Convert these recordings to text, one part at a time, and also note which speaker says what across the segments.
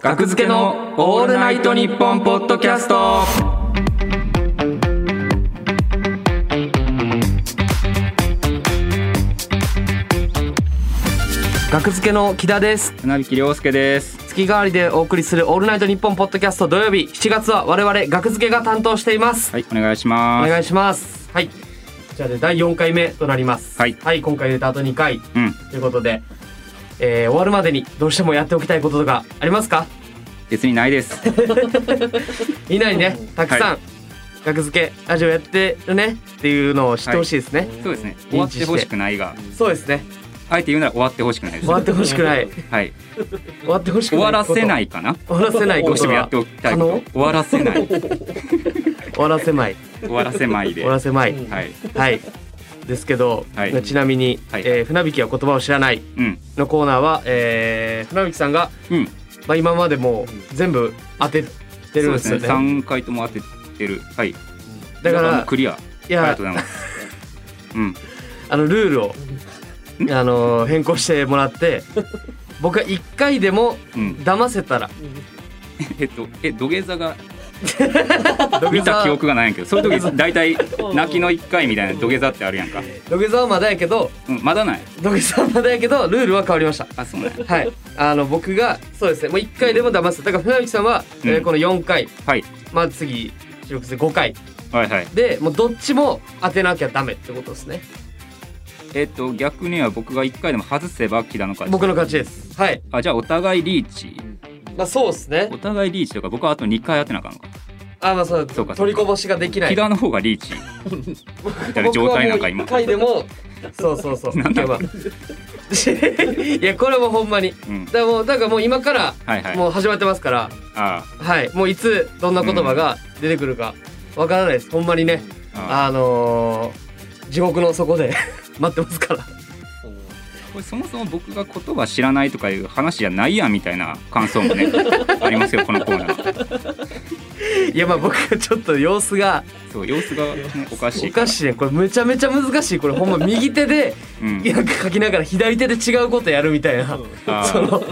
Speaker 1: 学付けのオールナイトニッポンポッドキャスト
Speaker 2: 学付けの木田です
Speaker 3: 船引亮介です
Speaker 2: 月替わりでお送りするオールナイトニッポンポッドキャスト土曜日7月は我々学付けが担当しています
Speaker 3: はいお願いし
Speaker 2: お
Speaker 3: ます
Speaker 2: 願いしますはいじゃあね第4回目となります
Speaker 3: はい
Speaker 2: 今回入れたあと2回
Speaker 3: うん
Speaker 2: ということで、えー終わるまでにどうしてもやっておきたいこととかありますか
Speaker 3: 別にないです
Speaker 2: いないねたくさん、
Speaker 3: はい
Speaker 2: 学付けラジオやってるねっていうのを知ってほしいですね、
Speaker 3: そうですね終わってほしくないが
Speaker 2: そうですね
Speaker 3: あえて言うなら終わってほしくないです
Speaker 2: 終わってほしくない
Speaker 3: はい
Speaker 2: 終わってほしく
Speaker 3: 終
Speaker 2: な
Speaker 3: わ
Speaker 2: い
Speaker 3: らせないいかな
Speaker 2: 終わらせない
Speaker 3: ど
Speaker 2: こ
Speaker 3: うして
Speaker 2: と
Speaker 3: もやっ
Speaker 2: は
Speaker 3: ておきたいこと終わらせない終
Speaker 2: 終わらせまい
Speaker 3: わらせまいで
Speaker 2: 終わ
Speaker 3: は
Speaker 2: らせまい、
Speaker 1: うん
Speaker 3: い
Speaker 2: はい。ですけど、
Speaker 3: はい
Speaker 2: ちなみに、
Speaker 3: はい
Speaker 2: えー船引きは言葉を知らない
Speaker 3: うん
Speaker 2: のコーナーは、えー船引きさんが、
Speaker 3: うん
Speaker 2: まあ、今までもう全部当てて
Speaker 3: そう
Speaker 2: るんで
Speaker 3: ですす
Speaker 2: よ
Speaker 3: ね
Speaker 2: ね。
Speaker 3: 三回とも当ててるはい
Speaker 2: だか
Speaker 3: なんも
Speaker 2: ら
Speaker 3: う、クリアあ
Speaker 2: い
Speaker 3: りが
Speaker 2: や
Speaker 3: とう、ございますうん
Speaker 2: あの、ルールを、あのー変更してもら って、僕が一回でも
Speaker 3: うん
Speaker 2: 騙せたら、
Speaker 3: えっとえ土下座が見
Speaker 2: 土下
Speaker 3: た記
Speaker 2: 座
Speaker 3: 憶がないんやけどそういう時大 体泣きの一回みたいな土下座ってあるやんか
Speaker 2: 土下座はまだやけど、
Speaker 3: うんまだない
Speaker 2: 土下座はまだやけど、ルールは変わりました。
Speaker 3: あそうね
Speaker 2: はい、あの僕がそうですねもう1回でも騙せただから船引さんは、えー
Speaker 3: うん
Speaker 2: この4回、
Speaker 3: はい
Speaker 2: まあ、次収録する5回
Speaker 3: はいはい
Speaker 2: でもうどっちも当てなきゃダメってことですね
Speaker 3: えっと逆には僕が1回でも外せば木田の勝ち
Speaker 2: 僕の勝ちですはい
Speaker 3: あじゃあお互いリーチ
Speaker 2: まあそうですね
Speaker 3: お互いリーチとか僕はあと2回当てなあかんのか
Speaker 2: あまあそう
Speaker 3: そうか
Speaker 2: 取りこぼしができない
Speaker 3: 木田の方がリーチみたいな状態なんか今
Speaker 2: 僕はもう1回でもそうそ うそう
Speaker 3: なんだ
Speaker 2: いやまあ いやこれもほんまに
Speaker 3: うん
Speaker 2: だからもうだからもう今から
Speaker 3: はいはい
Speaker 2: もう始まってますから
Speaker 3: あ
Speaker 2: はい、もういつどんな言葉が出てくるかわからないですほんまにね
Speaker 3: あああ
Speaker 2: あのー、地獄の底で 待ってますから。
Speaker 3: これそもそも僕が言葉知らないとかいう話じゃないやんみたいな感想もね ありますよこのコーナー
Speaker 2: いやまあ僕はちょっと様子が
Speaker 3: そう様子が、ね、おかしい
Speaker 2: おかしいねこれめちゃめちゃ難しいこれほんま右手で
Speaker 3: うん
Speaker 2: なんか書きながら左手で違うことやるみたいな、
Speaker 3: あー
Speaker 2: その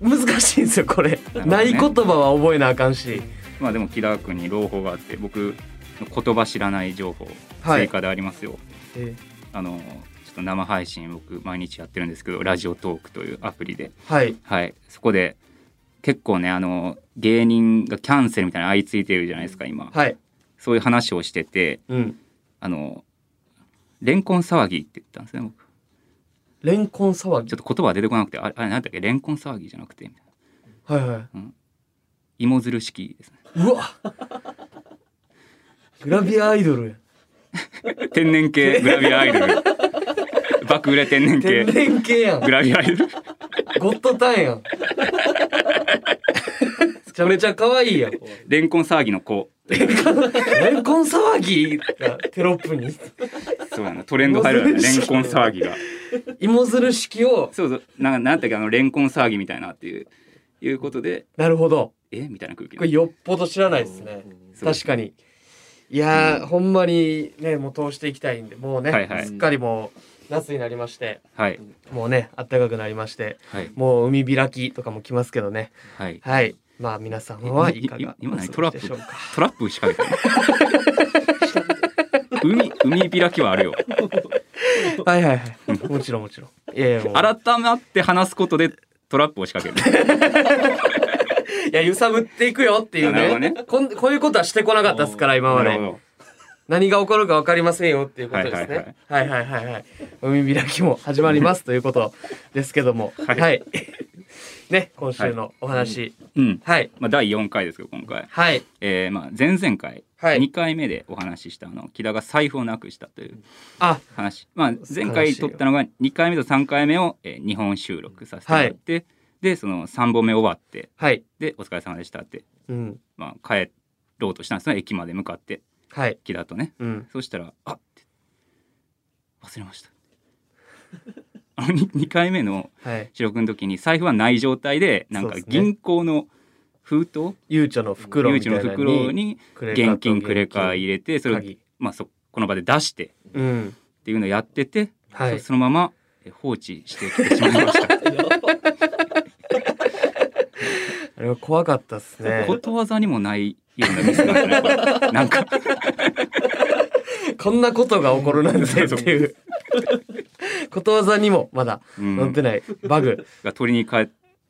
Speaker 2: 難しいんですよこれ
Speaker 3: ほどね
Speaker 2: ない言葉は覚えなあかんし
Speaker 3: まあでも木田君に朗報があって僕の言葉知らない情報
Speaker 2: はい
Speaker 3: 追加でありますよ、
Speaker 2: え
Speaker 3: あのちょっと生配信僕毎日やってるんですけどラジオトークというアプリで
Speaker 2: ーはい
Speaker 3: はいそこで結構ねあの芸人がキャンセルみたいなの相次いでるじゃないですか今、
Speaker 2: はい
Speaker 3: そういう話をしてて
Speaker 2: うん
Speaker 3: あのレンコン騒ぎって言ったんですね僕
Speaker 2: レンコン騒ぎ
Speaker 3: ちょっと言葉が出てこなくてあれあれなんだっけレンコン騒ぎじゃなくてみたいな
Speaker 2: はいはい
Speaker 3: 芋づる式ですね
Speaker 2: うわグラビアアイドルや
Speaker 3: 天然系グラビアアイド ル爆売れ天然系
Speaker 2: 天然系やん
Speaker 3: グラビアアイドル
Speaker 2: ゴッドタンやんめちゃめちゃ可愛いや ん
Speaker 3: レンコン騒ぎの子
Speaker 2: レンコン騒ぎ がテロップに
Speaker 3: そうやなトレンド入る よねレンコン騒ぎが
Speaker 2: 芋づる式を
Speaker 3: そうそうなんかなんだっけあのレンコン騒ぎみたいなっていういうことで
Speaker 2: なるほど
Speaker 3: えみたいな空気
Speaker 2: これよっぽど知らないですね
Speaker 3: そう
Speaker 2: 確かにいやー、
Speaker 3: うん
Speaker 2: ほんまにねもう通していきたいんでもうね、
Speaker 3: はいはい
Speaker 2: すっかりもう夏になりまして
Speaker 3: はい
Speaker 2: もうねあったかくなりまして
Speaker 3: はい
Speaker 2: もう海開きとかも来ますけどね
Speaker 3: はい
Speaker 2: はいまあ皆さんはいか
Speaker 3: いい
Speaker 2: が
Speaker 3: 今何
Speaker 2: お
Speaker 3: ト
Speaker 2: 過ご
Speaker 3: ラ
Speaker 2: しで
Speaker 3: ッ
Speaker 2: しょう
Speaker 3: プ
Speaker 2: か
Speaker 3: トラップ仕掛けた 海海開きはあるよ
Speaker 2: はいは いはいもちろんもちろんいやいやもう
Speaker 3: 改まって話すことでトラップを仕掛ける
Speaker 2: いや揺さぶっていくよってい う
Speaker 3: なるほ
Speaker 2: ね
Speaker 3: どね
Speaker 2: こんこういうことはしてこなかったですから今まで
Speaker 3: なるほ
Speaker 2: 何が起こるか分かりませんよっていうことですね。はいはいはいはい。海開きも始まりますということですけども、は。
Speaker 3: はいい
Speaker 2: ね、今週のお話、
Speaker 3: どうん
Speaker 2: はい、
Speaker 3: まあ、第4回ですけど今回、
Speaker 2: はい、
Speaker 3: えーまあ、前々回、
Speaker 2: はい
Speaker 3: 2回目でお話ししたあの木田が財布をなくしたという
Speaker 2: あ、
Speaker 3: 話、まあ、前回撮ったのが2回目と3回目を、え2本収録させてもらって、でその3本目終わって
Speaker 2: はい、
Speaker 3: でお疲れ様でしたって、
Speaker 2: うん、
Speaker 3: まあ、帰ろうとしたんですね駅まで向かって
Speaker 2: はい、
Speaker 3: 木田とね
Speaker 2: うん。
Speaker 3: そしたら「あっ!」て忘れま したあの 2, 回目の
Speaker 2: はい、
Speaker 3: 収録の時に財布はない状態でなん
Speaker 2: そ
Speaker 3: か
Speaker 2: うですね
Speaker 3: 銀行の封筒、
Speaker 2: ゆうちょの袋
Speaker 3: ゆう
Speaker 2: み
Speaker 3: ち
Speaker 2: た
Speaker 3: ょの
Speaker 2: いなの
Speaker 3: 袋に
Speaker 2: クレカと
Speaker 3: 現金クレカ入れてそれを
Speaker 2: 鍵
Speaker 3: まあそこの場で出してっ
Speaker 2: うん、
Speaker 3: ていうのをやってて、
Speaker 2: はい
Speaker 3: そそのまま え放置してきてしまいました
Speaker 1: やば
Speaker 2: あれは怖かったですね
Speaker 3: ことわざにもないようなミスなんじゃないこ れなんか
Speaker 2: こんなことが起こるなんてっていう ことわざにもまだ
Speaker 3: うん
Speaker 2: 載ってないバグ
Speaker 3: が取りに帰っ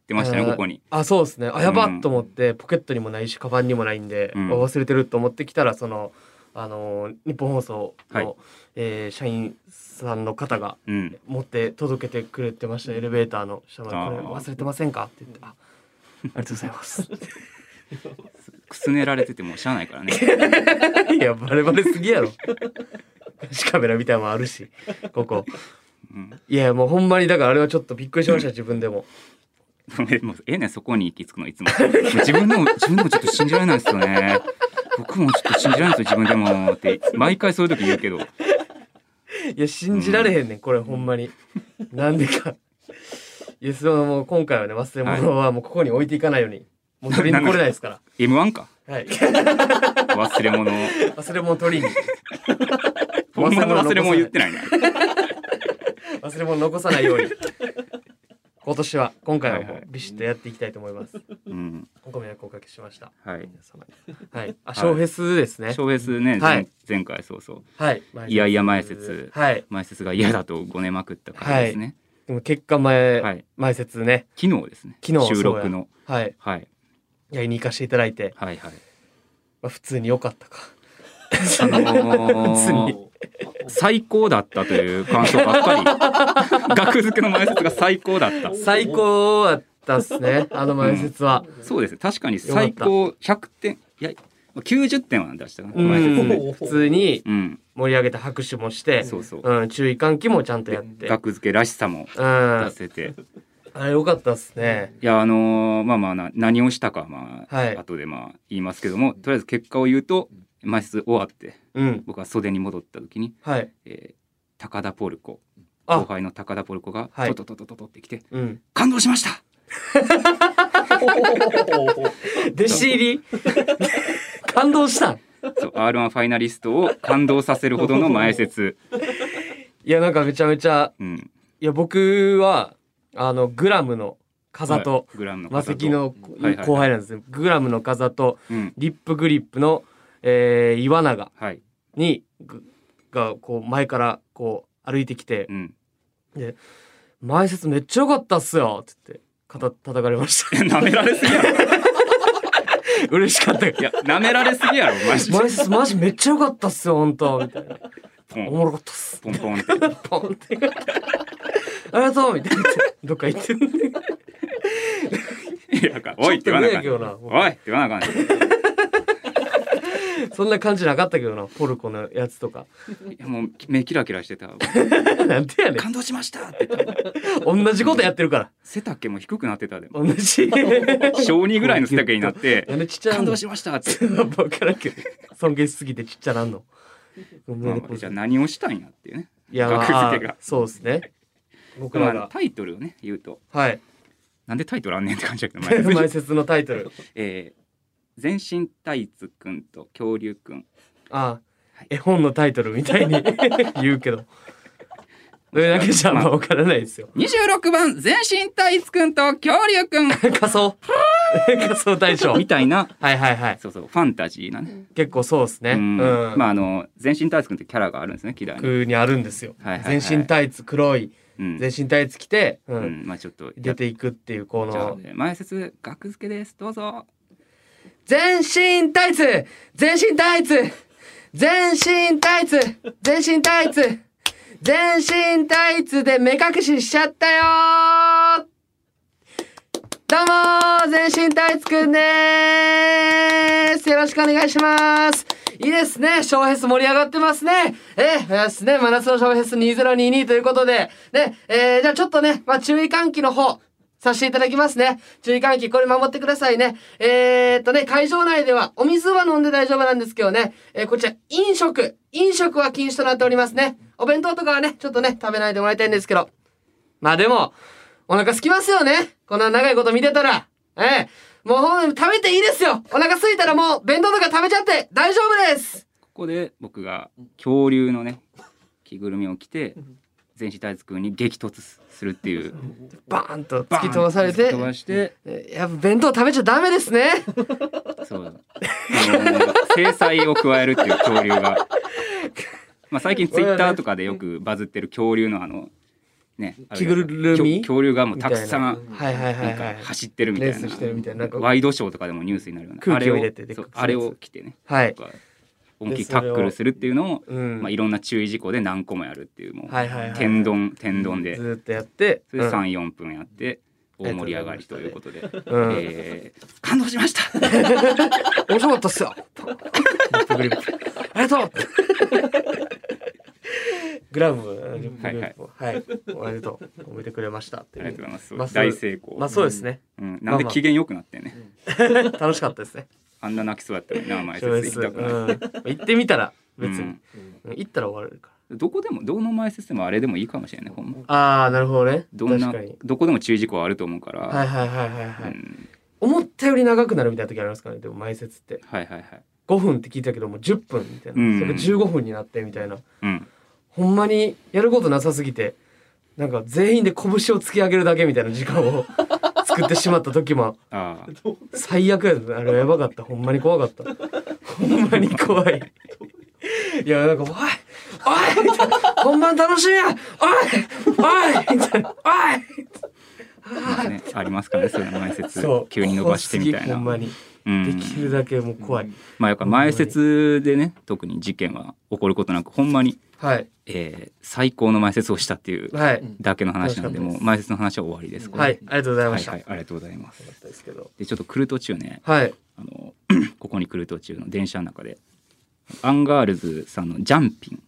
Speaker 3: てましたね
Speaker 2: あー
Speaker 3: ここに
Speaker 2: あそうですねあやば
Speaker 3: うん
Speaker 2: っと思って、ポケットにもないしカバンにもないんで、
Speaker 3: うん
Speaker 2: 忘れてると思ってきたらそのあのー日本放送の、
Speaker 3: はい
Speaker 2: えー社員さんの方が
Speaker 3: うん
Speaker 2: 持って届けてくれてましたエレベーターの下まで
Speaker 3: あ
Speaker 2: こ
Speaker 3: ー
Speaker 2: れ忘れてませんか?」って言って「あありがとうございます」
Speaker 3: くすねられててもしゃあないからね
Speaker 2: いやバレバレす ぎやろ監視カメラみたいなのもあるしここ
Speaker 3: うん
Speaker 2: いやもうほんまにだからあれはちょっとびっくりしました自分でも
Speaker 3: もうええねんそこに行き着くのいつももう自分でも自分でもちょっと信じられないですよね僕もちょっと信じられないですよ自分でもって毎回そういう時言うけど
Speaker 2: いや信じられへんねんこれほんまになんでかいやそのもう今回はね忘れ物はもうここに置いていかないようにもう取りに来れないで すか
Speaker 3: M1 から
Speaker 2: はい
Speaker 3: 忘れ物を
Speaker 2: 忘れ物取りに
Speaker 3: ほんまの忘れ物言って
Speaker 2: ない
Speaker 3: ないね
Speaker 2: 忘れ物残さないように今年は今回は
Speaker 3: はい
Speaker 2: も
Speaker 3: は
Speaker 2: う
Speaker 3: い
Speaker 2: ビシッとやっていきたいと思います
Speaker 3: うん
Speaker 2: ご迷惑をおかけしました
Speaker 3: はい
Speaker 2: 皆様にはいあ小フェスですね
Speaker 3: 小フェスね、
Speaker 2: はい
Speaker 3: 前前回そうそう
Speaker 2: はい。
Speaker 3: いやいや前説
Speaker 2: はい。
Speaker 3: 前説が嫌だとごねまくった感じですね
Speaker 2: でも結果前、
Speaker 3: はい
Speaker 2: 前説ね。
Speaker 3: 昨日ですね
Speaker 2: 昨日
Speaker 3: 収録の
Speaker 2: はい。
Speaker 3: はい
Speaker 2: やりに行かせていただいて、
Speaker 3: はいはい
Speaker 2: まあ、普通に良かったか。
Speaker 3: あ のー最高だったという感想ばっか り学付けの前説が最高だった
Speaker 2: 最高だったっす ね。あの前説は。
Speaker 3: そうですね確かに最高100点いや90点は出したかな
Speaker 2: うん
Speaker 3: 前説ね
Speaker 2: 普通に
Speaker 3: うん
Speaker 2: 盛り上げて拍手もして、
Speaker 3: そうそう
Speaker 2: うん、注意喚起もちゃんとやって。うん。
Speaker 3: 学付けらしさも出
Speaker 2: あ
Speaker 3: せて
Speaker 2: れ良かったっすね。
Speaker 3: いやあのーまあまあな何をしたかまあ、
Speaker 2: はい
Speaker 3: 後でまあ言いますけどもとりあえず結果を言うと前室終わって
Speaker 2: うん。
Speaker 3: 僕は袖に戻った時に、
Speaker 2: はい。
Speaker 3: えー高田ポルコ
Speaker 2: あ
Speaker 3: 後輩の高田ポルコが
Speaker 2: はい
Speaker 3: トトトトトトってきて、
Speaker 2: うん。
Speaker 3: 感動しました
Speaker 2: 弟子入り 感動した
Speaker 3: そう R1 ファイナリストを感動させるほどの前説
Speaker 2: いや、なんかめちゃめちゃ、
Speaker 3: うん
Speaker 2: いや、僕は、あの、グラムの風と、
Speaker 3: はいグラムの
Speaker 2: マ
Speaker 3: 方
Speaker 2: セ
Speaker 3: と
Speaker 2: キの
Speaker 3: はいはい
Speaker 2: 後輩なんですね。グラムの風と
Speaker 3: うん
Speaker 2: リップグリップの、えー、岩永
Speaker 3: はい
Speaker 2: にぐがこう前からこう歩いてきて
Speaker 3: うん
Speaker 2: 「前説めっちゃ良かったっすよ」って言って肩叩かれまし
Speaker 3: なめられすぎやろ
Speaker 2: た嬉しかった
Speaker 3: いやなめられすぎやろマジで
Speaker 2: 前説マジめっちゃ良かったっすよ本当みたいな
Speaker 3: ポ
Speaker 2: お
Speaker 3: ン
Speaker 2: もろかったっす
Speaker 3: ポンポンって
Speaker 2: ポンってありがとうみたいなどっか行ってんね
Speaker 3: いやなんかおいって言わな あかん
Speaker 2: ちょっと無理やけどな
Speaker 3: おいって言わなあかん
Speaker 2: そんな感じなかったけどなポルコのやつとか
Speaker 3: いやもう目キラキラ してた
Speaker 2: なんてやね
Speaker 3: 感動しましたって言った
Speaker 2: ん同じことやってるから
Speaker 3: 背丈も低くなってたで も
Speaker 2: 同じ
Speaker 3: 小2ぐらいの背丈になって
Speaker 2: なんでちっちゃい
Speaker 3: 感
Speaker 2: の
Speaker 3: 動しましたって
Speaker 2: わからんけど尊敬しすぎてちっちゃなんの。ご め
Speaker 3: まあ
Speaker 2: んね
Speaker 3: まあじゃあ何をしたいなっていうね
Speaker 2: いや、
Speaker 3: 学
Speaker 2: まあ
Speaker 3: 付けが、
Speaker 2: そうですね。僕ら
Speaker 3: まあ
Speaker 2: が。
Speaker 3: タイトルをね言うと
Speaker 2: はい。
Speaker 3: なんでタイトルあんねんって感じだけど 前説
Speaker 2: 前説のタイトル。
Speaker 3: えー全身タイツくんと恐竜くん
Speaker 2: あ
Speaker 3: はい
Speaker 2: 絵本のタイトルみたいに 言うけど。それだけじゃまあわからない ですよ。
Speaker 3: 26番全身タイツくんと恐竜く ん
Speaker 2: 仮想。仮想大賞。は
Speaker 3: み
Speaker 2: い
Speaker 3: たいな
Speaker 2: はいはい。
Speaker 3: そうそうファンタジーなね、
Speaker 2: 結構そうですね。
Speaker 3: う
Speaker 2: うんん。
Speaker 3: まああの全身タイツくんってキャラがあるんですね嫌いに、
Speaker 2: 僕にあるんですよ
Speaker 3: はいはい。はい
Speaker 2: 全身タイツ黒い
Speaker 3: うん
Speaker 2: 全身タイツ着て、う
Speaker 3: うん
Speaker 2: ん、
Speaker 3: まあちょっと
Speaker 2: 出ていくっていうこ
Speaker 3: じゃあ
Speaker 2: の
Speaker 3: ね前説学付けですどうぞ
Speaker 2: 全身タイツ全身タイツ全身タイツ全身タイツ全身タイツで目隠ししちゃったよーどうもー全身タイツくんでーすよろしくお願いしますいいですねショーフェス盛り上がってますねえー、ですね真夏のショーフェス2022ということで、ね、えー、じゃあちょっとね、まあ、注意喚起の方、させていただきますね。注意喚起、これ守ってくださいね。えー、っとね、会場内ではお水は飲んで大丈夫なんですけどね、えーこちら飲食、飲食は禁止となっておりますね。お弁当とかはね、ちょっとね、食べないでもらいたいんですけど。まあでも、お腹空きますよね。こんな長いこと見てたら。ええもうほん食べていいですよ。お腹空いたらもう弁当とか食べちゃって大丈夫です。
Speaker 3: ここで僕が恐竜のね着ぐるみを着て全身タイツくんに激突するっていう
Speaker 2: バーンと突き飛ばされて
Speaker 3: 突き飛ばして
Speaker 2: えやっぱ弁当食べちゃダメ ですね
Speaker 3: そうあの制裁を加えるっていう恐竜が、まあ、最近ツイッターとかでよくバズってる恐竜のあのねあるじゃない
Speaker 2: 着ぐるみ
Speaker 3: 恐恐竜がもうたくさん
Speaker 2: みたいなはいはいはいはい
Speaker 3: なんか走ってるみたいな
Speaker 2: レースしてるみたいななんか
Speaker 3: ワイドショーとかでもニュースになるような
Speaker 2: 空気を入れて
Speaker 3: あれを
Speaker 2: で
Speaker 3: そうあれ
Speaker 2: っかくするやつ
Speaker 3: を着てね
Speaker 2: はい
Speaker 3: とか本気タックルするっていうのを、
Speaker 2: うん
Speaker 3: まあ、いろんな注意事項で何個もやるっていうもう、
Speaker 2: はいはいはい
Speaker 3: 天丼天丼で
Speaker 2: ずーっとやって
Speaker 3: それ
Speaker 2: うん
Speaker 3: 34、4分やって
Speaker 2: あ
Speaker 3: 大
Speaker 2: りがとうござ
Speaker 3: 盛
Speaker 2: いました
Speaker 3: り上がりということで、
Speaker 2: ん
Speaker 3: えー感動しました
Speaker 2: 面白かった っすよ。リップグリップありがとう。グラム、リップグリップをはい、ありがとう、褒めてくれましたっ
Speaker 3: あ
Speaker 2: て
Speaker 3: り
Speaker 2: い
Speaker 3: が
Speaker 2: う。
Speaker 3: とうございます、
Speaker 2: まあそう
Speaker 3: 大成功、
Speaker 2: まあ、そうですね。
Speaker 3: うん、なんで機嫌よくなってね、
Speaker 2: 楽しかったですね。
Speaker 3: あんな泣きそうだったのにな前
Speaker 2: 小
Speaker 3: 説
Speaker 2: 説
Speaker 3: 行き
Speaker 2: う
Speaker 3: た
Speaker 2: ん
Speaker 3: くない、
Speaker 2: 行ってみたら、別
Speaker 3: う
Speaker 2: に
Speaker 3: ん、
Speaker 2: うん行ったら終わるか
Speaker 3: どこでもどの前説でもあれでもいいかもしれないほんま
Speaker 2: ら。ああ、なるほどね。
Speaker 3: どんな
Speaker 2: 確かに。
Speaker 3: どこでも注意事項はあると思うから、
Speaker 2: はいはいはいはいは
Speaker 3: う
Speaker 2: い。
Speaker 3: ん
Speaker 2: 思ったより長くなるみたいな時ありますからね。でも前説って
Speaker 3: はいはいはい
Speaker 2: 5分って聞いたけどもう10分みたい
Speaker 3: うん
Speaker 2: な。それが15分になってみたいな。
Speaker 3: うん
Speaker 2: ほんまにやることなさすぎてなんか全員で拳を突き上げるだけみたいな時間を作ってしまった時も
Speaker 3: ああ
Speaker 2: 最悪やったあれやばかったほんまに怖かったほんまに怖いいやなんか「おいおい!」みたいな「本番楽しみやおいおい!」みたいな「おい!」
Speaker 3: まあね、ありますからねそういうの前説
Speaker 2: そう
Speaker 3: 急に伸ばしてみたいな
Speaker 2: ほんまに
Speaker 3: うん
Speaker 2: できるだけもう怖い、
Speaker 3: まあやっぱ前説でね特に事件は起こることなくほんまに、
Speaker 2: はい
Speaker 3: えー最高の前説をしたっていう
Speaker 2: はい、
Speaker 3: だけの話なんで
Speaker 2: 楽しかったで
Speaker 3: も
Speaker 2: す
Speaker 3: う前説の話は終わりですこれ
Speaker 2: はいありがとうございま
Speaker 3: はい
Speaker 2: した、
Speaker 3: はいありがとうございます
Speaker 2: よかったですけど
Speaker 3: でちょっと来る途中ね
Speaker 2: はい
Speaker 3: あの ここに来る途中の電車の中でアンガールズさんの「ジャンピン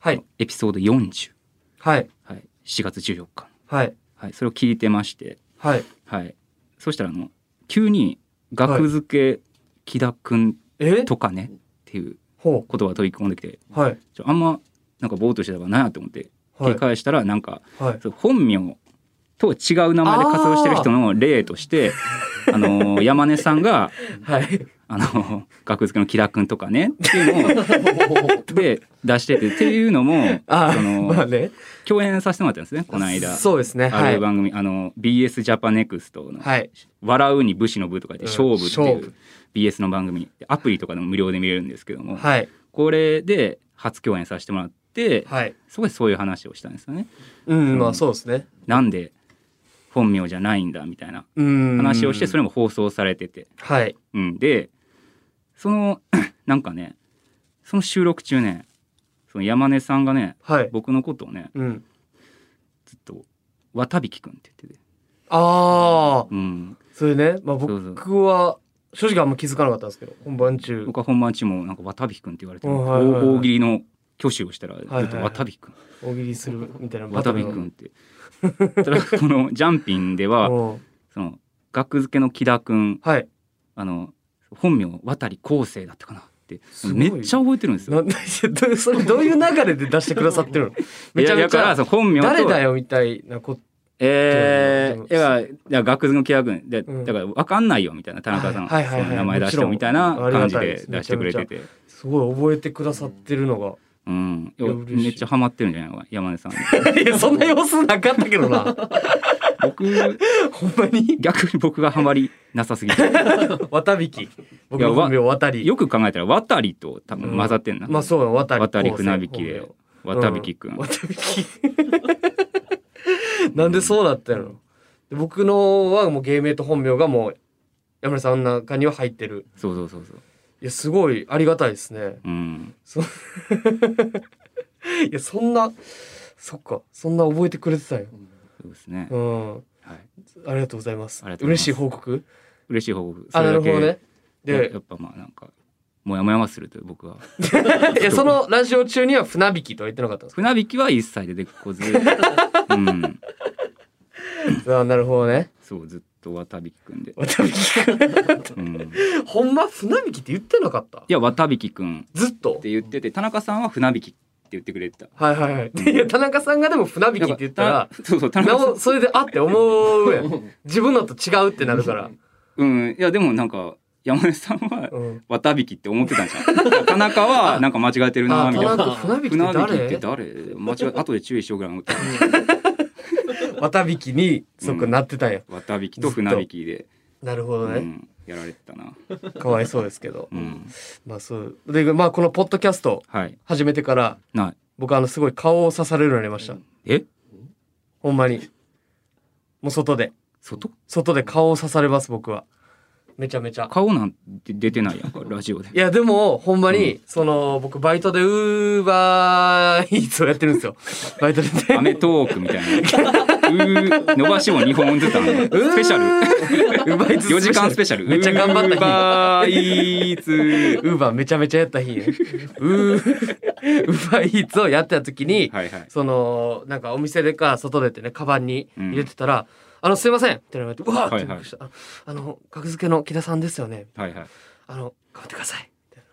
Speaker 2: はい」
Speaker 3: エピソード40、
Speaker 2: はい
Speaker 3: はい、4月14日、
Speaker 2: はい
Speaker 3: はい、それを聞いてまして、
Speaker 2: はい
Speaker 3: はい、そしたらあの急に「額付け木田くん
Speaker 2: え
Speaker 3: とかね」っていう
Speaker 2: ほ
Speaker 3: 言葉飛び込んできて
Speaker 2: うはい
Speaker 3: ちょあんまなんかぼーっとしてたからなと思って聞
Speaker 2: は
Speaker 3: り
Speaker 2: い
Speaker 3: 返したらなんか
Speaker 2: はい
Speaker 3: そう本名と違う名前で活動してる人の例と してあの山根さんが「
Speaker 2: はい
Speaker 3: あの 学付けのキラ君とかねっていうのをで出しててっていうのも
Speaker 2: あ
Speaker 3: その
Speaker 2: まあね
Speaker 3: 共演させてもらったんですねこの間。
Speaker 2: そうですね
Speaker 3: あ
Speaker 2: は
Speaker 3: る
Speaker 2: い
Speaker 3: 番組、あの BS ジャパネクストの「
Speaker 2: はい
Speaker 3: 笑うに武士の部」とかで「
Speaker 2: うん
Speaker 3: 勝負」って
Speaker 2: 勝
Speaker 3: いう
Speaker 2: 負
Speaker 3: BS の番組アプリとかでも無料で見れるんですけども、
Speaker 2: はい
Speaker 3: これで初共演させてもらって、
Speaker 2: はい
Speaker 3: そこでそういう話をしたんですよね。
Speaker 2: うんまあそうですね
Speaker 3: なんで本名じゃないんだみたいな
Speaker 2: うん
Speaker 3: 話をしてそ
Speaker 2: れ
Speaker 3: れも放送されてて、
Speaker 2: はい
Speaker 3: うん、でその なんかねその収録中ねその山根さんがね
Speaker 2: はい
Speaker 3: 僕のことをね
Speaker 2: うん
Speaker 3: ずっと「渡引くん」って言ってて、
Speaker 2: ああ
Speaker 3: うん、
Speaker 2: それねまあ
Speaker 3: そうそう
Speaker 2: 僕は正直あんま気づかなかったんですけど本番中
Speaker 3: 僕は本番中もなんか「渡引くん」って言われて、
Speaker 2: うんはいはいはい
Speaker 3: 大大喜利の挙手をしたらずっ
Speaker 2: はいはい
Speaker 3: と「
Speaker 2: はい
Speaker 3: 渡引くん
Speaker 2: 大喜利するみたいな
Speaker 3: 渡引くん」
Speaker 2: ん
Speaker 3: って。ただこの「ジャンピン」ではその額付けの木田くん
Speaker 2: はい
Speaker 3: あの本名渡り康生だったかなって
Speaker 2: すごい
Speaker 3: めっちゃ覚えてるんです
Speaker 2: な
Speaker 3: よ。
Speaker 2: んでどうそれどういう流れで出してくだ さってるのめちゃ
Speaker 3: いや
Speaker 2: め
Speaker 3: だ
Speaker 2: ち
Speaker 3: から
Speaker 2: ゃ
Speaker 3: その本名と
Speaker 2: 誰だよみたいなこと
Speaker 3: えー、い
Speaker 2: でも
Speaker 3: や、いや、学の木屋君、で、
Speaker 2: うん
Speaker 3: だから、わかんないよみたいな、田中さん、
Speaker 2: はいはいはいはい
Speaker 3: その名前出し
Speaker 2: もち
Speaker 3: て
Speaker 2: ろん
Speaker 3: みたいな感じ
Speaker 2: ありがたいで
Speaker 3: です出してくれてて。
Speaker 2: すごい覚えてくださってるのが
Speaker 3: う ん、いや
Speaker 2: いや嬉しい
Speaker 3: めっちゃハマってるんじゃないのか、山根さんに。
Speaker 2: いやそんな様子なかったけどな
Speaker 3: 僕、
Speaker 2: ほんまに
Speaker 3: 逆に僕がハマりなさすぎて、
Speaker 2: 渡引き僕の本名渡り
Speaker 3: よく考えたら、渡りと多分混ざってんな。
Speaker 2: まあそうよ渡り
Speaker 3: 渡り船引きで、渡引きくん。
Speaker 2: 渡引き なんでそうだったので僕のはもう芸名と本名がもう山根さんの中には入ってる
Speaker 3: そうそうそうそう。
Speaker 2: いやすごいありがたいですね
Speaker 3: うん、
Speaker 2: いやそんなそっかそんな覚えてくれてたよ
Speaker 3: そうですね。
Speaker 2: うん
Speaker 3: はい。
Speaker 2: ありがとうございます
Speaker 3: ありがとうございま
Speaker 2: 嬉
Speaker 3: す
Speaker 2: しい報告
Speaker 3: 嬉しい報告。
Speaker 2: あなるほどね
Speaker 3: や
Speaker 2: で
Speaker 3: やっぱ、まあ、なんか、もやもやはするという、僕は。
Speaker 2: いやそのラジオ中には船引きとは言ってなかったん です
Speaker 3: 船引きは一切出てこ ず。うん。
Speaker 2: かあなるほどね
Speaker 3: そうずっと渡引くんで、
Speaker 2: 渡引きくん
Speaker 3: うん、い
Speaker 2: ほんま船引きって言ってなかった
Speaker 3: や渡引くん
Speaker 2: ずっと
Speaker 3: って言ってて田中さんは船引きって言ってくれてた
Speaker 2: はいはいはい。いや、田中さんがでも船引きって言ったら、
Speaker 3: そうそう田
Speaker 2: な
Speaker 3: 中さん
Speaker 2: お、それであって思うやん。自分のと違うってなるから。
Speaker 3: うんいやでもなんか山根さんは
Speaker 2: うん
Speaker 3: 綿引きって思ってたんじゃん 田中はなんか間違えてるな
Speaker 2: あ、
Speaker 3: み
Speaker 2: 田
Speaker 3: たいな
Speaker 2: 中船引き
Speaker 3: 船
Speaker 2: っ
Speaker 3: 引きってて
Speaker 2: 誰
Speaker 3: 誰間違え 後で注意しようぐらい思ってた
Speaker 2: 渡引きに、そっか、
Speaker 3: うん
Speaker 2: なってたんや。
Speaker 3: 綿引きと船引きで、
Speaker 2: なるほ
Speaker 3: う
Speaker 2: どね。
Speaker 3: ん、やられてたな、
Speaker 2: かわいそうですけど
Speaker 3: う。ん、
Speaker 2: まあ、そう。で、まあ、このポッドキャスト
Speaker 3: はい
Speaker 2: 始めてから、
Speaker 3: ない
Speaker 2: 僕、あの、すごい顔を刺されるようになりました。
Speaker 3: え
Speaker 2: ほんまに。もう外で。
Speaker 3: 外
Speaker 2: 外で顔を刺されます、僕は。めちゃめちゃ。
Speaker 3: 顔なんて出てないやんかラジオで
Speaker 2: いや、でも、ほんまに、その、僕、バイトで、ウーバーイーツをやってるんですよ。バイトでね。
Speaker 3: アメトーークみたいなうー伸ばしも2本ずつあるのスペシャル
Speaker 2: ル。ウーバーイーツ。
Speaker 3: 4時間スペシャル
Speaker 2: めっちゃ頑張った
Speaker 3: ウーバーイーツ
Speaker 2: ウーバーめちゃめちゃやった日ね。ウー、ウーバーイーツをやってた時に、
Speaker 3: はいはい
Speaker 2: その、なんかお店でか、外出てね、カバンに入れてたら、あの、すいませんって言われて、うわーってびっくりした。ああの、格付けの木田さんですよね。
Speaker 3: はいはい
Speaker 2: あの、頑張ってください。みたい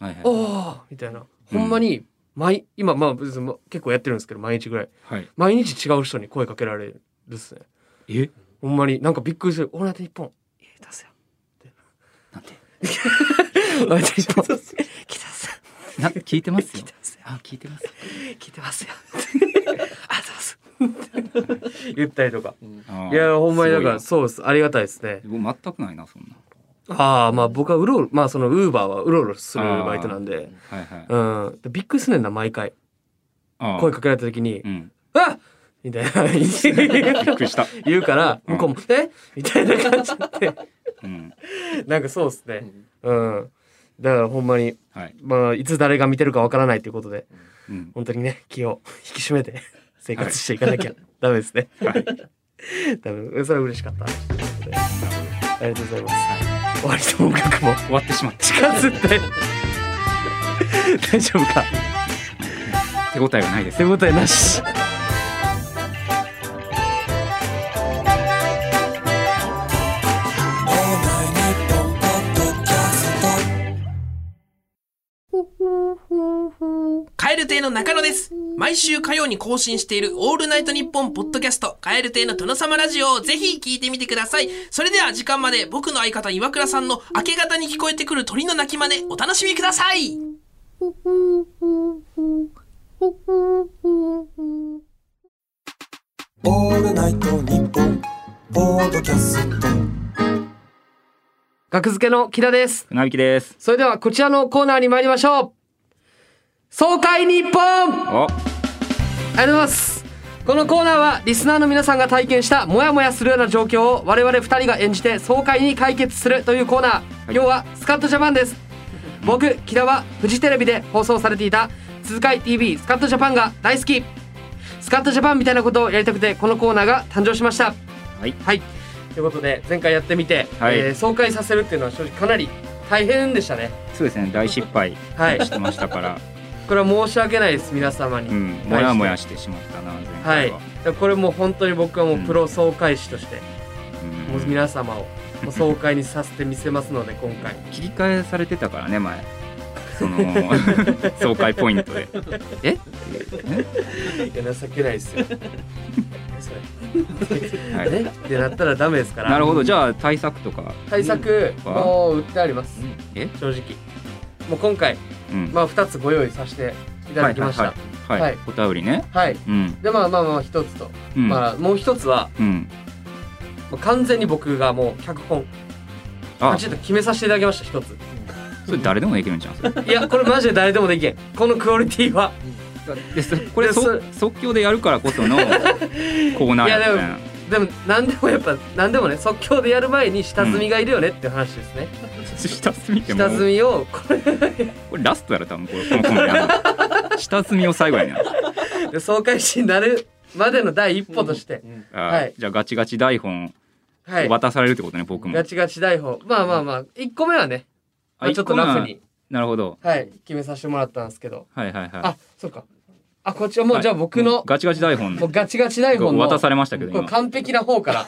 Speaker 2: な
Speaker 3: はいはい
Speaker 2: おーみたいな。ほんまに、毎、今、まあ、別に結構やってるんですけど、毎日ぐらい。
Speaker 3: はい
Speaker 2: 毎日違う人に声かけられるっすね。
Speaker 3: え
Speaker 2: ほんまに、なんかびっくりする。オールナイト日本、家出せよ。
Speaker 3: なんて
Speaker 2: オールナイト日本、木田さん。
Speaker 3: な聞いてますよあ聞いてます
Speaker 2: 聞いて ますよ。ありがとうございます。言ったりとか。
Speaker 3: あー
Speaker 2: いや、ほんまにだから、
Speaker 3: す
Speaker 2: そうです。ありがたいですね。
Speaker 3: ごいな僕全くないなそんな
Speaker 2: ああ、まあ僕はうろうろ、まあそのウーバーはうろうろするバイトなんで。
Speaker 3: はいはい
Speaker 2: うん。でびっくりすんねんな、毎回。
Speaker 3: あー
Speaker 2: 声かけられた時に
Speaker 3: う、ん
Speaker 2: あ みたいな。
Speaker 3: びっくりした
Speaker 2: 言うから、
Speaker 3: うん
Speaker 2: 向こうも、えみたいな感じで。
Speaker 3: うん
Speaker 2: なんかそうですね。うん。だからほんまに、
Speaker 3: はい
Speaker 2: まあいつ誰が見てるかわからないということで、
Speaker 3: うん
Speaker 2: 本当にね、気を引き締めて生活していかな きゃダメですね。
Speaker 3: はい
Speaker 2: 多分それは嬉しかったありがとうございます、終わりと音楽も
Speaker 3: 終わってしまった
Speaker 2: 近づい て大丈夫か
Speaker 3: 手応えがないです
Speaker 2: 手応えなし
Speaker 4: 蛙亭の中野です。毎週火曜に更新しているオールナイトニッポンポッドキャスト、蛙亭の殿様ラジオをぜひ聞いてみてください。それでは時間まで僕の相方岩倉さんの明け方に聞こえてくる鳥の鳴き真似、お楽しみください。
Speaker 5: オールナイトニッポンポードキャスト
Speaker 2: 学付けの木田です
Speaker 3: 船引きです
Speaker 2: それではこちらのコーナーに参りましょう爽快日本
Speaker 3: お
Speaker 2: ありがとうございますこのコーナーはリスナーの皆さんが体験したモヤモヤするような状況を我々二人が演じて爽快に解決するというコーナー、
Speaker 3: い
Speaker 2: 今日はスカットジャパンです僕木田はフジテレビで放送されていた「鈴鹿 TV スカットジャパン」が大好きスカットジャパンみたいなことをやりたくてこのコーナーが誕生しました
Speaker 3: はい
Speaker 2: はいということで前回やってみて、
Speaker 3: はい
Speaker 2: えー爽快させるっていうのは正直かなり大変でしたね
Speaker 3: そうですね大失敗
Speaker 2: はい
Speaker 3: してましたから、
Speaker 2: これは申し訳ないです皆様に、
Speaker 3: うんもやもやしてしまったな前回
Speaker 2: はい
Speaker 3: は、
Speaker 2: これもう本当に僕はもうプロ爽快師として、
Speaker 3: うん
Speaker 2: もう皆様をもう爽快にさせてみせますので今 回
Speaker 3: 切り替えされてたからね 前その爽快ポイントでえ
Speaker 2: いや情けないです よ
Speaker 3: え、は
Speaker 2: それ
Speaker 3: い、
Speaker 2: ねってなったらダメですから
Speaker 3: なるほどじゃあ対策とか
Speaker 2: 対策
Speaker 3: うん
Speaker 2: もう売ってあります、
Speaker 3: え
Speaker 2: 正直もう今回、
Speaker 3: うん
Speaker 2: まあ、2つご用意させていただきましたはい、
Speaker 3: はいはい、はい
Speaker 2: はい
Speaker 3: お便りねうん
Speaker 2: でまあまあまあ1つと、
Speaker 3: うん、
Speaker 2: まあ、もう1つは
Speaker 3: うん
Speaker 2: もう完全に僕がもう脚本
Speaker 3: あ
Speaker 2: パチッと決めさせていただきました1つ
Speaker 3: それ誰でもできるんじゃん それ
Speaker 2: いやこれマジで誰でもできんこのクオリティは
Speaker 3: でそれこれ
Speaker 2: でそれ
Speaker 3: 即即興でやるからこ そのコーナーやった
Speaker 2: いや
Speaker 3: やん
Speaker 2: でも何でもやっぱ何でもね即興でやる前に下積みがいるよねっていう話ですね、
Speaker 3: 下積みっても
Speaker 2: 下積
Speaker 3: う
Speaker 2: みをこ
Speaker 3: これラストやろ多分これこのコーナーやる の下積みを最後やねん
Speaker 2: れで爽快しになるまでの第一歩として、
Speaker 3: あ、
Speaker 2: はい
Speaker 3: じゃあガチガチ台本
Speaker 2: はい
Speaker 3: 渡されるってことね、僕も
Speaker 2: ガチガチ台本まあまあまあ1個目はね、まあ
Speaker 3: あ
Speaker 2: ちょっとラフに、
Speaker 3: なるほど
Speaker 2: はい、決めさせてもらったんですけど
Speaker 3: はいはいはい
Speaker 2: あそうかあこっちはもうじゃあ僕の、
Speaker 3: もうガチガチ台本
Speaker 2: もうガチガチ台本の
Speaker 3: 渡されましたけど
Speaker 2: これ
Speaker 3: 今
Speaker 2: 完璧な方から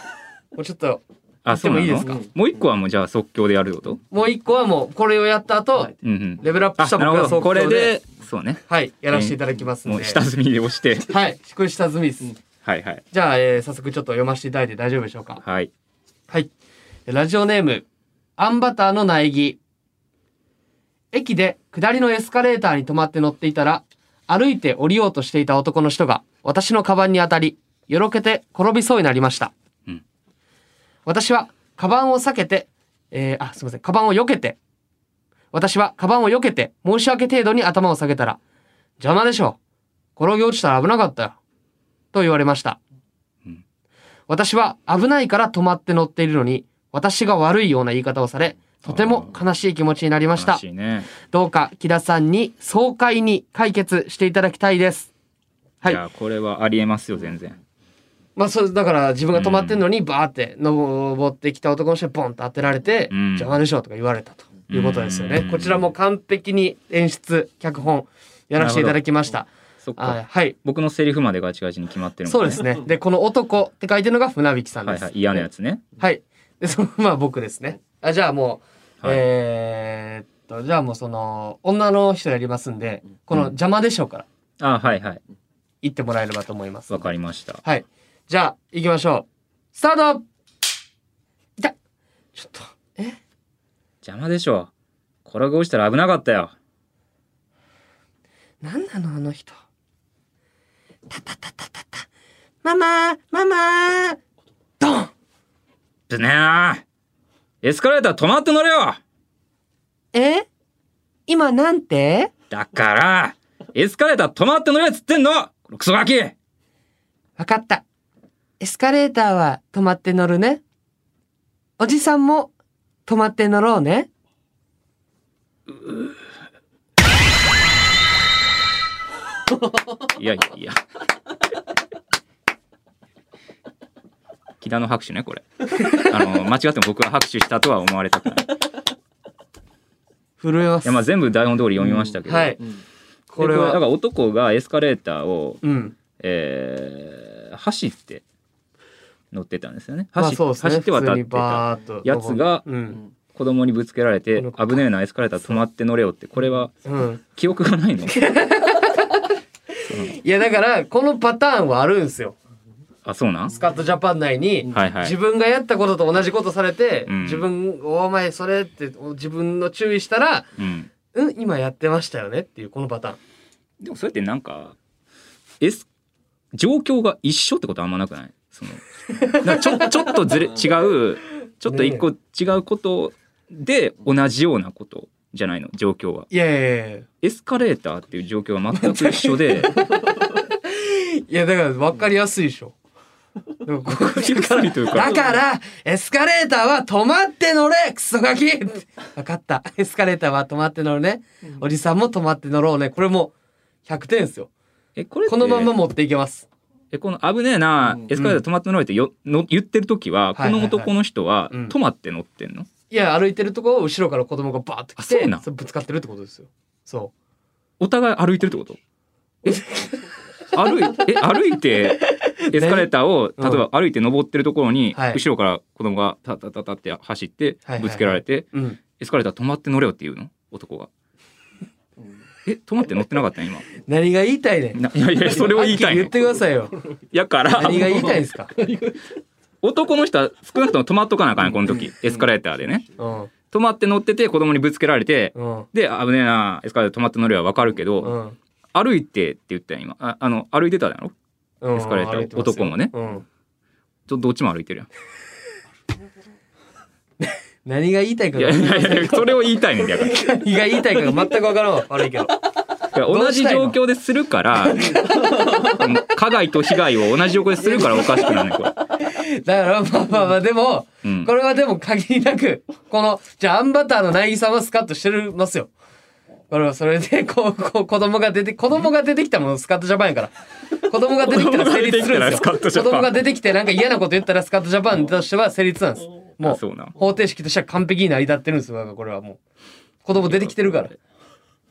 Speaker 2: もうちょっと
Speaker 3: あそうなの
Speaker 2: 言ってもいい
Speaker 3: もう一個はもうじゃあ即興でやるってこと
Speaker 2: もう1個はもうこれをやった後、
Speaker 3: うんうん
Speaker 2: レベルアップし
Speaker 3: あ
Speaker 2: た
Speaker 3: な
Speaker 2: 僕
Speaker 3: るほど
Speaker 2: が即
Speaker 3: こ
Speaker 2: 興
Speaker 3: れ
Speaker 2: で
Speaker 3: でそうね
Speaker 2: はいやらせていただきます
Speaker 3: も
Speaker 2: の
Speaker 3: う
Speaker 2: で、
Speaker 3: 下積みで押して
Speaker 2: はいこれ下積みです、
Speaker 3: はいはい
Speaker 2: じゃあ、えー早速ちょっと読ませていただいて大丈夫でしょうか。
Speaker 3: はい
Speaker 2: はい。ラジオネーム、あんバターの苗木。駅で下りのエスカレーターに止まって乗っていたら、歩いて降りようとしていた男の人が私のカバンに当たり、よろけて転びそうになりました。
Speaker 3: うん
Speaker 2: 私はカバンを避けて、えーあ、すいません、カバンを避けて、私はカバンを避けて申し訳程度に頭を下げたら、邪魔でしょ。転げ落ちたら危なかったよ。と言われました。
Speaker 3: うん
Speaker 2: 私は危ないから止まって乗っているのに、私が悪いような言い方をされ、とても悲しい気持ちになりました
Speaker 3: 悲。しいね。
Speaker 2: どうか木田さんに爽快に解決していただきたいです。はいい。
Speaker 3: やこれはありえますよ全然。
Speaker 2: まあそれだから自分が止まってんのにバーって登ってきた男の人にボンと当てられて
Speaker 3: うん
Speaker 2: 邪魔でしょうとか言われたということですよね。
Speaker 3: うん
Speaker 2: こちらも完璧に演出、脚本やらせていただきました。
Speaker 3: そっ
Speaker 2: あ
Speaker 3: か。
Speaker 2: はい。
Speaker 3: 僕のセリフまでガチガチに決まってるもん
Speaker 2: そうですね。で、この男って書いてるのが船引さん
Speaker 3: は
Speaker 2: で
Speaker 3: い
Speaker 2: す。
Speaker 3: はい嫌なやつね。
Speaker 2: はい。で、その、まあ僕ですね。あじゃあもう、
Speaker 3: はい
Speaker 2: えーっと、じゃあもうその、女の人やりますんで、この邪魔でしょうから
Speaker 3: あはいはい
Speaker 2: 言ってもらえればと思います。
Speaker 3: わかりました。
Speaker 2: はい。じゃあ、行きましょう。スタートいたちょっと、え
Speaker 3: 邪魔でしょ。転げ落ちたら危なかったよ。
Speaker 2: なんなのあの人。たたたたたた。ママママドン
Speaker 3: ぶねーエスカレーター止まって乗れよ
Speaker 2: え今なんて
Speaker 3: だからエスカレーター止まって乗れっつってんのこのクソガキ
Speaker 2: わかった。エスカレーターは止まって乗るね。おじさんも止まって乗ろうね。
Speaker 3: いやいや。木田の拍手ね、これ。あの、間違っても僕が拍手したとは思われたくない。い
Speaker 2: 震えます。
Speaker 3: や、まあ、全部台本通り読みましたけど。
Speaker 2: はい
Speaker 3: で。
Speaker 2: これ
Speaker 3: だか
Speaker 2: は。
Speaker 3: ら男がエスカレーターを、
Speaker 2: うん。
Speaker 3: えー走って乗ってたんですよね。
Speaker 2: まあ
Speaker 3: 走,、
Speaker 2: そうですね。
Speaker 3: 走って渡っ
Speaker 2: 普
Speaker 3: て
Speaker 2: 通に
Speaker 3: た。
Speaker 2: バーッと
Speaker 3: やつが
Speaker 2: うん。
Speaker 3: 子供にぶつけられて
Speaker 2: この子
Speaker 3: 危ねえなエスカレーター止まって乗れよってこれは
Speaker 2: うん。
Speaker 3: 記憶が ないの
Speaker 2: いやだからこのパターンはあるんですよ
Speaker 3: あそうなん
Speaker 2: スカットジャパン内に、
Speaker 3: はいはい
Speaker 2: 自分がやったことと同じことされて、
Speaker 3: うん
Speaker 2: 自分「お前それ」って自分の注意したら
Speaker 3: うん
Speaker 2: 「うん今やってましたよね」っていうこのパターン
Speaker 3: でもそれってなんか、S、状況が一緒ってことはあんまなくないその なんかちょちょっとず れ違うちょっと一個違うことで同じようなことじゃないの状況はい
Speaker 2: やいやいやい
Speaker 3: エスカレーターっていう状況は全く一緒 で
Speaker 2: やいやだから分かりやすいでし ょだからここ
Speaker 3: 分かりやすいというか
Speaker 2: だからエスカレーターは止まって乗れクソガキ分かったエスカレーターは止まって乗るねおじさんも止まって乗ろうねこれも100点ですよ
Speaker 3: えこれって
Speaker 2: このまま持っていけます
Speaker 3: えこの危ねえなエスカレーター止まって乗れってよの言ってる時はこ
Speaker 2: はいはい
Speaker 3: の
Speaker 2: はい
Speaker 3: 男の人は
Speaker 2: うん
Speaker 3: 止まって乗ってんの、
Speaker 2: いや歩いてるとこを後ろから子供がバーッと
Speaker 3: あ
Speaker 2: 来
Speaker 3: そ
Speaker 2: て
Speaker 3: うなん
Speaker 2: それぶつかってるってことですよそ
Speaker 3: お互い歩いてるってことえ歩いえ歩いてエスカレーターを例えば歩いて登ってるところに、
Speaker 2: はい
Speaker 3: 後ろから子供がタタタタって走って
Speaker 2: はいはいはい
Speaker 3: ぶつけられて、
Speaker 2: ううん
Speaker 3: エスカレーター止まって乗れよって言うの男が。え止まって乗ってなかったね
Speaker 2: 何が言いたいねん
Speaker 3: 今ないやいやそれを言いたい
Speaker 2: はっ
Speaker 3: の
Speaker 2: きり言ってくだ さいよ
Speaker 3: やから
Speaker 2: 何が言いたいんですか
Speaker 3: 男の人は少なくとも止まっとかなあかんやこの時エスカレーターでね
Speaker 2: うん
Speaker 3: 止まって乗ってて子供にぶつけられて
Speaker 2: うん
Speaker 3: で危ねえなエスカレーター止まって乗れはわかるけど、
Speaker 2: うん
Speaker 3: 歩いてって言ったやん今ああの歩いてただろ
Speaker 2: うん
Speaker 3: エスカレーター
Speaker 2: 歩いてますよ
Speaker 3: 男もね
Speaker 2: うん
Speaker 3: ちょっとどっちも歩いてるやん
Speaker 2: 何が言いたいか
Speaker 3: い
Speaker 2: が
Speaker 3: やいやいや、それを言いたいねん だから。い
Speaker 2: 何が言いたいかが全く分からんわ悪いけど
Speaker 3: や同じ状況でするから、 加害と被害を同じ状況でするからおかしくなるねんこれ。
Speaker 2: だからまあまあまあでも
Speaker 3: うん
Speaker 2: これはでも限りなくこのじゃあアンバターの苗木さんはスカッとしてますよこれはそれで こうこう子供が出て子供が出てきたものスカッとジャパンやから子供が出てきたら成立するんですよ
Speaker 3: 子供が出てきたらスカッとジャパン
Speaker 2: 子供が出てきてなんか嫌なこと言ったらスカッとジャパンとしては成立なんですも
Speaker 3: あそうなん
Speaker 2: 方程式としては完璧に成り立ってるんですよだからこれはもう子供出てきてるから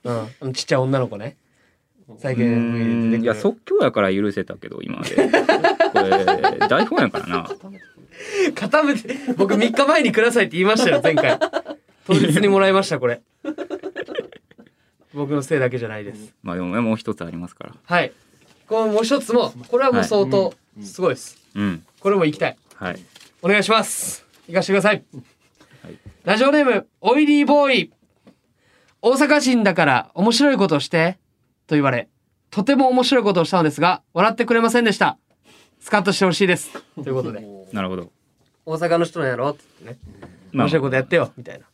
Speaker 2: うんあのちっちゃい女の子ね最近 MV で出てくる
Speaker 3: いや、即興やから許せたけど、今まで。これ、台本やからな。
Speaker 2: 固めて僕3日前にくださいって言いましたよ前回当日にもらいましたこれ僕のせいだけじゃないです
Speaker 3: まあでも、もう一つありますから。
Speaker 2: はいこのもう一つもこれはもう相当すごいです
Speaker 3: うん。
Speaker 2: これも行きたい
Speaker 3: はい。
Speaker 2: お願いします行かしてくださいラジオネーム、オイリーボーイ。大阪人だから面白いことをして、と言われ、とても面白いことをしたのですが、笑ってくれませんでした。スカッとしてほしいです。ということ で、
Speaker 3: なるほど。
Speaker 2: 大阪の人なんやろって言ってね、
Speaker 3: まあ
Speaker 2: 面白いことやってよ、みたいな。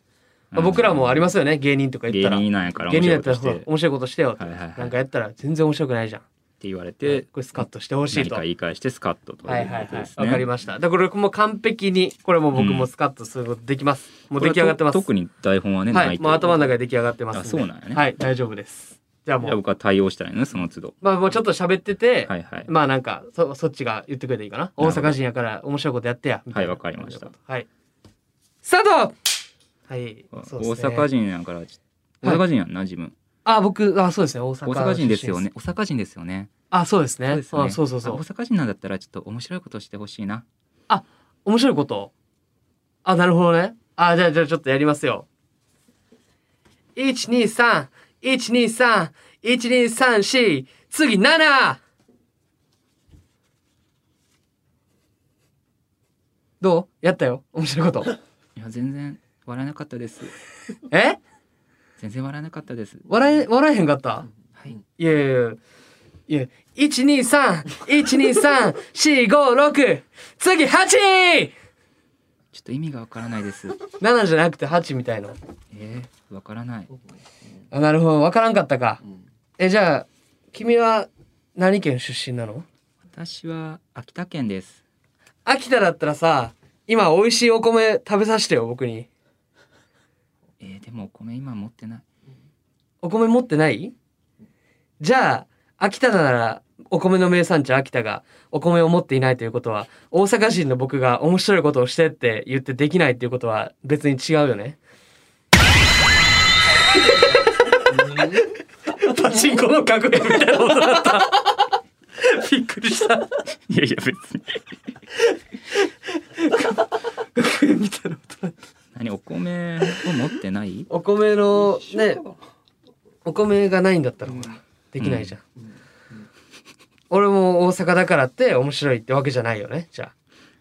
Speaker 2: まあ僕らもありますよね、芸人とか言ったら。
Speaker 3: 芸人なんやから
Speaker 2: 芸
Speaker 3: 面
Speaker 2: 人
Speaker 3: 白
Speaker 2: だ
Speaker 3: いこ
Speaker 2: った
Speaker 3: とし
Speaker 2: らほ
Speaker 3: て
Speaker 2: ら面白いことしてよって、
Speaker 3: はいはいはい
Speaker 2: なんかやったら全然面白くないじゃん。
Speaker 3: って言われて、
Speaker 2: これスカッとしてほしい
Speaker 3: 何
Speaker 2: と。
Speaker 3: か言い返してスカッとと
Speaker 2: はいいうはい
Speaker 3: こと
Speaker 2: は
Speaker 3: で
Speaker 2: い
Speaker 3: すね。
Speaker 2: わかりました。だからこれもう完璧にこれも僕もスカッとすることできます。もう出来上がって
Speaker 3: これは
Speaker 2: ます。
Speaker 3: と特に台本はね、
Speaker 2: は
Speaker 3: ない
Speaker 2: い、
Speaker 3: と
Speaker 2: もう頭の中で出来上がってますんで。
Speaker 3: あそうなんやね
Speaker 2: はい、大丈夫です。じゃあ
Speaker 3: じ
Speaker 2: も
Speaker 3: ゃあ
Speaker 2: う、
Speaker 3: 僕は対応したらいいのねその都度。
Speaker 2: まあもうちょっと喋ってて、
Speaker 3: はいはい。
Speaker 2: まあなんかそそっちが言ってくれていいかな。
Speaker 3: ほ
Speaker 2: 大
Speaker 3: ど
Speaker 2: 阪人やから面白いことやってや。みたな
Speaker 3: はいわかりました。
Speaker 2: はい。スタート。はい。
Speaker 3: 大
Speaker 2: そうですね
Speaker 3: 阪。人やから、大阪人やんな、自分。
Speaker 2: あ、僕あそうですね。大阪
Speaker 3: 大阪人ですよね。。大阪人ですよね。
Speaker 2: あ、そうです
Speaker 3: そう
Speaker 2: ね。
Speaker 3: ですよね
Speaker 2: あそうそうそ
Speaker 3: あ
Speaker 2: う
Speaker 3: 大。阪人なんだったら、ちょっと面白いことしてほしいな。
Speaker 2: 面白いことあなるほどねあじゃあじゃあちょっとやりますよ1231231234次7どうやったよ面白い こと
Speaker 3: いや、全然笑えなかったです。
Speaker 2: え
Speaker 3: 全然笑えなかったです。
Speaker 2: 笑え笑えへんかった
Speaker 3: はい。
Speaker 2: いやいやいやいや12312345次 8!7
Speaker 3: ちょっと意味がわからない です。
Speaker 2: じゃなくて8みたいな
Speaker 3: えー、わからない。
Speaker 2: あなるほど分からんかったか、えじゃあ君は何県出身なの
Speaker 3: 私は秋田県です。
Speaker 2: 秋田だったらさ今美味しいお米食べさせてよ僕に
Speaker 3: えー、でもお米今持ってない。
Speaker 2: お米持ってないじゃあ秋田ならお米の名産地秋田がお米を持っていないということは大阪人の僕が面白いことをしてって言ってできないっていうことは別に違うよね パチンコの格言みたいなことだったびっくりした
Speaker 3: いやいや、 別に。
Speaker 2: みたいな
Speaker 3: 何、お米を持ってない
Speaker 2: お米のねお米がないんだったらほらできないじゃん、俺も大阪だからって面白いってわけじゃないよねじゃ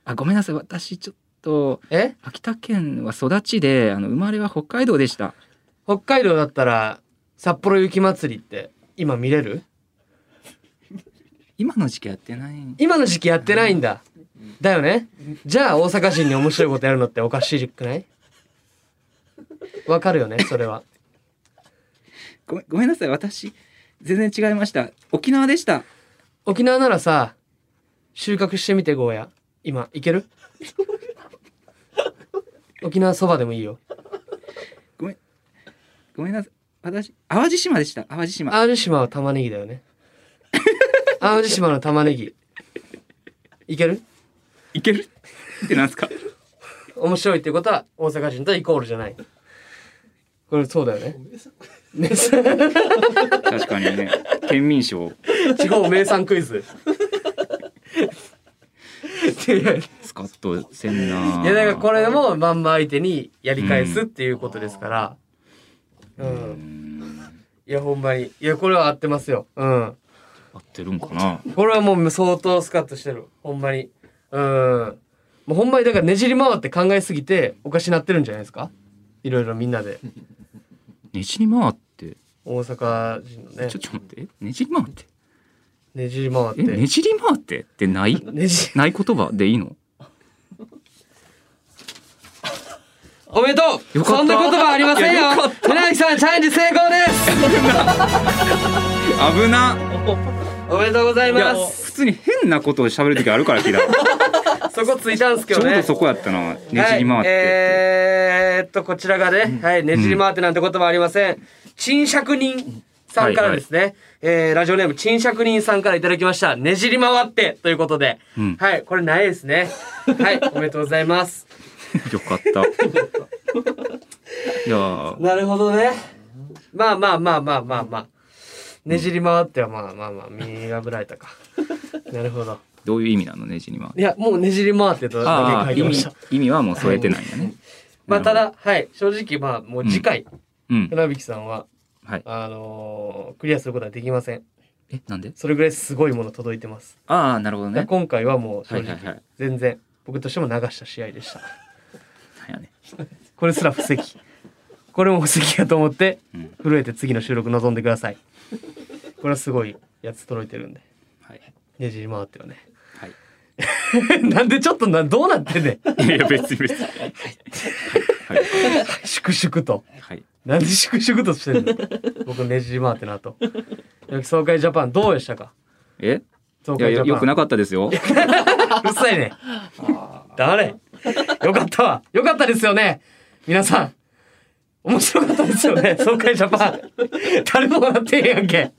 Speaker 2: あ
Speaker 3: あ、ごめんなさい。私、ちょっと、
Speaker 2: え
Speaker 3: 秋田県は育ちで、あの、生まれは北海道でした。
Speaker 2: 北海道だったら札幌雪まつりって今見れる
Speaker 3: 今の時期やってない。
Speaker 2: 今の時期やってないんだだよねじゃあ大阪人に面白いことやるのっておかしくないわかるよねそれは
Speaker 3: ごめんごめんなさい。私、全然違いました。沖縄でした。
Speaker 2: 沖縄ならさ収穫してみてゴーヤ今いける沖縄そばでもいいよ
Speaker 3: ごめん。ごめんなさい。私、淡路島でした。淡路島。
Speaker 2: 淡路島は玉ねぎだよね淡路島の玉ねぎいける
Speaker 3: いけるってなんですか
Speaker 2: 面白いってことは大阪人とイコールじゃないこれそうだよねね
Speaker 3: 確かにね。県民賞。
Speaker 2: 地方名産クイズいやい
Speaker 3: スカッとせんな。
Speaker 2: やだからこれもまんま相手にやり返すっていうことですからうん、いやほんまにいやこれは合ってますようん
Speaker 3: 合ってるんかな
Speaker 2: これはもう相当スカッとしてるほんまにうんもうほんまにだからねじり回って考えすぎておかしなってるんじゃないですかいろいろみんなで
Speaker 3: ねじり回って。
Speaker 2: 大阪人のね
Speaker 3: ちょ、ちょ、待って。ねじり回って。
Speaker 2: ねじり回っ
Speaker 3: え、ね
Speaker 2: て
Speaker 3: じり回ってってない
Speaker 2: ねじ
Speaker 3: ない言葉でいいの
Speaker 2: おめでとう
Speaker 3: よかった
Speaker 2: そんな言葉ありませんよ船木さんチャレンジ成功です
Speaker 3: 危な
Speaker 2: おめでとうござい
Speaker 3: いや、
Speaker 2: ます
Speaker 3: 普通に変なことを喋る時あるから、キ ラ。
Speaker 2: そこついたんすけ
Speaker 3: ちょ
Speaker 2: ど
Speaker 3: う
Speaker 2: ね
Speaker 3: どそこやったな。ねじり回ってって。
Speaker 2: はい、えー、っとこちらがね、はい、ねじり回ってなんてこともありません、賃借人さんからですね、えーラジオネーム賃借人さんからいただきましたねじり回ってということで、
Speaker 3: うん
Speaker 2: はいこれないですねはいおめでとうございます
Speaker 3: よかった。 いやー
Speaker 2: なるほどねまあまあまあまあまあまあねじり回ってはまあまあまあ見破られ たかなるほど
Speaker 3: どういう意味なのねじり回って。
Speaker 2: いやもうねじり回ってとだ
Speaker 3: ああー
Speaker 2: け書い
Speaker 3: 意
Speaker 2: てました
Speaker 3: 味意味はもう添えてないんだね。
Speaker 2: まあた
Speaker 3: な
Speaker 2: だはい正直まあもう次回、
Speaker 3: うん。
Speaker 2: 船引さんは
Speaker 3: はい。
Speaker 2: あのークリアすることはできません。
Speaker 3: えなんで？
Speaker 2: それぐらいすごいもの届いてます。
Speaker 3: ああなるほどね。
Speaker 2: 今回はもう
Speaker 3: は
Speaker 2: 正
Speaker 3: いはい
Speaker 2: 直
Speaker 3: はい。
Speaker 2: 全然僕としても流した試合でした。
Speaker 3: なんやね。
Speaker 2: これすら布石これも布石やと思って
Speaker 3: うん
Speaker 2: 震えて次の収録臨んでくださいこれはすごいやつ届いてるんで
Speaker 3: はい
Speaker 2: ねじり回ってはね
Speaker 3: はい
Speaker 2: なんでちょっとなどうなってんねん
Speaker 3: いやいや別に別にはいはい
Speaker 2: 粛々と
Speaker 3: はい
Speaker 2: なんで粛々としてんの 僕ねじり回ってなと総会ジャパンどうでしたか
Speaker 3: え
Speaker 2: 総
Speaker 3: いや
Speaker 2: 会
Speaker 3: い
Speaker 2: ジ
Speaker 3: や
Speaker 2: ャパン
Speaker 3: よくなかったですよ
Speaker 2: うるさいね。 誰よかったわ。よかったですよね。皆さん。面白かったですよね。 総会ジャパン。誰も笑ってへんやんけ。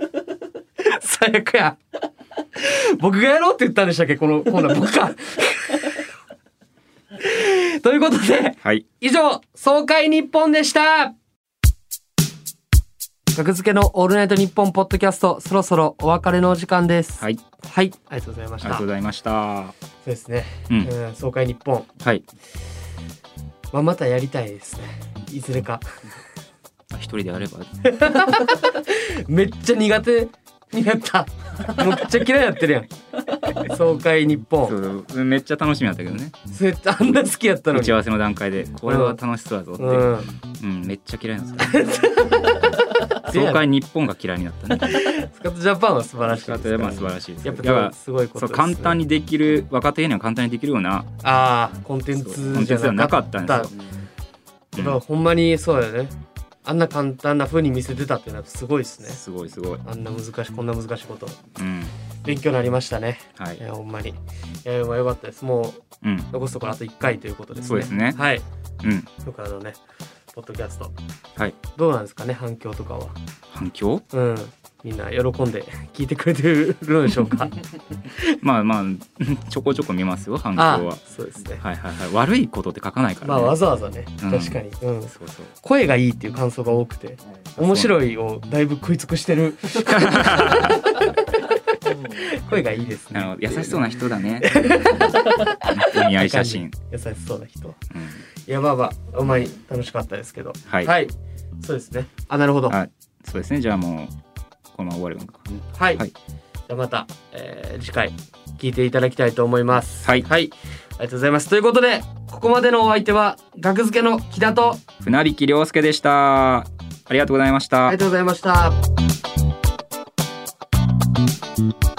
Speaker 2: 最悪や。僕がやろうって言ったんでしたっけこのコーナー。僕か。 ということで、
Speaker 3: はい
Speaker 2: 以上、総会日本でした。格付けのオールナイト日本ポッドキャスト、そろそろお別れのお時間です。
Speaker 3: はい
Speaker 2: はい、ありがとうございま
Speaker 3: あ
Speaker 2: し
Speaker 3: りがと
Speaker 2: た。そう
Speaker 3: ご
Speaker 2: う
Speaker 3: ざいました
Speaker 2: ですね。
Speaker 3: うん
Speaker 2: うん、総会日本。
Speaker 3: はい
Speaker 2: まあ、またやりたいですねいずれか
Speaker 3: まあ一人でやれば
Speaker 2: めっちゃ苦手になっためっちゃ嫌いやってるやん爽快日
Speaker 3: そ
Speaker 2: 本
Speaker 3: うそうめっちゃ楽しみだったけどね
Speaker 2: それあんな好きやったの
Speaker 3: 打
Speaker 2: に
Speaker 3: ち合わせの段階でこれは楽しそうだぞって、
Speaker 2: うん、
Speaker 3: うん、めっちゃ嫌いなんですよ。 爽快日本が嫌いになったね。
Speaker 2: スカットジャパンは素晴らしい
Speaker 3: あ
Speaker 2: で
Speaker 3: と
Speaker 2: すから
Speaker 3: はまあ素晴らしいです。
Speaker 2: やっ
Speaker 3: だから
Speaker 2: ぱすごいこ
Speaker 3: そ
Speaker 2: とで
Speaker 3: う
Speaker 2: すね
Speaker 3: 簡単にできる若手には簡単にできるような
Speaker 2: ああコンテ
Speaker 3: そ
Speaker 2: ン
Speaker 3: うコ
Speaker 2: ツ
Speaker 3: ン
Speaker 2: じ
Speaker 3: テンツでは
Speaker 2: ゃな
Speaker 3: な
Speaker 2: か
Speaker 3: か
Speaker 2: っ
Speaker 3: ったたん
Speaker 2: ん
Speaker 3: です
Speaker 2: で
Speaker 3: すよう
Speaker 2: よだ
Speaker 3: ん
Speaker 2: からほんまにそうだよねあんな簡単な風に見せてたっていうのはすごいですね
Speaker 3: すごいすごい。
Speaker 2: あんな難しいこんな難しいこと
Speaker 3: うん、
Speaker 2: 勉強になりましたね
Speaker 3: はいい、
Speaker 2: やほんまにいやまあよかったですもう
Speaker 3: うん、
Speaker 2: 残すところあと1回ということですね
Speaker 3: そうですね
Speaker 2: はい
Speaker 3: うん、
Speaker 2: とかのねポッドキャスト
Speaker 3: はい、
Speaker 2: どうなんですかね反響とかは
Speaker 3: 反響？
Speaker 2: うんみんな喜んで聞いてくれてるのでしょ うか
Speaker 3: まあ まあちょこちょこ見ますよ反響
Speaker 2: あ
Speaker 3: は
Speaker 2: あ。そうですね、
Speaker 3: はいはいはい。悪いことって書かないから
Speaker 2: まあ
Speaker 3: ね。
Speaker 2: わざわざね、
Speaker 3: うん
Speaker 2: 確かに、うん、
Speaker 3: そうそう。
Speaker 2: 声がいいっていう感想が多くて面白いをだいぶ食い尽くし てる声がいいです
Speaker 3: なる
Speaker 2: ね
Speaker 3: ほど優しそうな人だ ね。お見合い写真。
Speaker 2: 優しそうな人
Speaker 3: うん、
Speaker 2: いやまあまあお前楽しかったですけど
Speaker 3: はい
Speaker 2: そうですねあなるほどは
Speaker 3: あ、そうですね。じゃあもうこのまま終わるのか。
Speaker 2: い、
Speaker 3: はい
Speaker 2: じゃあまた、えー次回聞いていただきたいと思います
Speaker 3: はい
Speaker 2: はい、ありがとうございます。ということで、ここまでのお相手は、学付けの木田と、
Speaker 3: 船引亮介でした。ありがとうございました。
Speaker 2: ありがとうございました。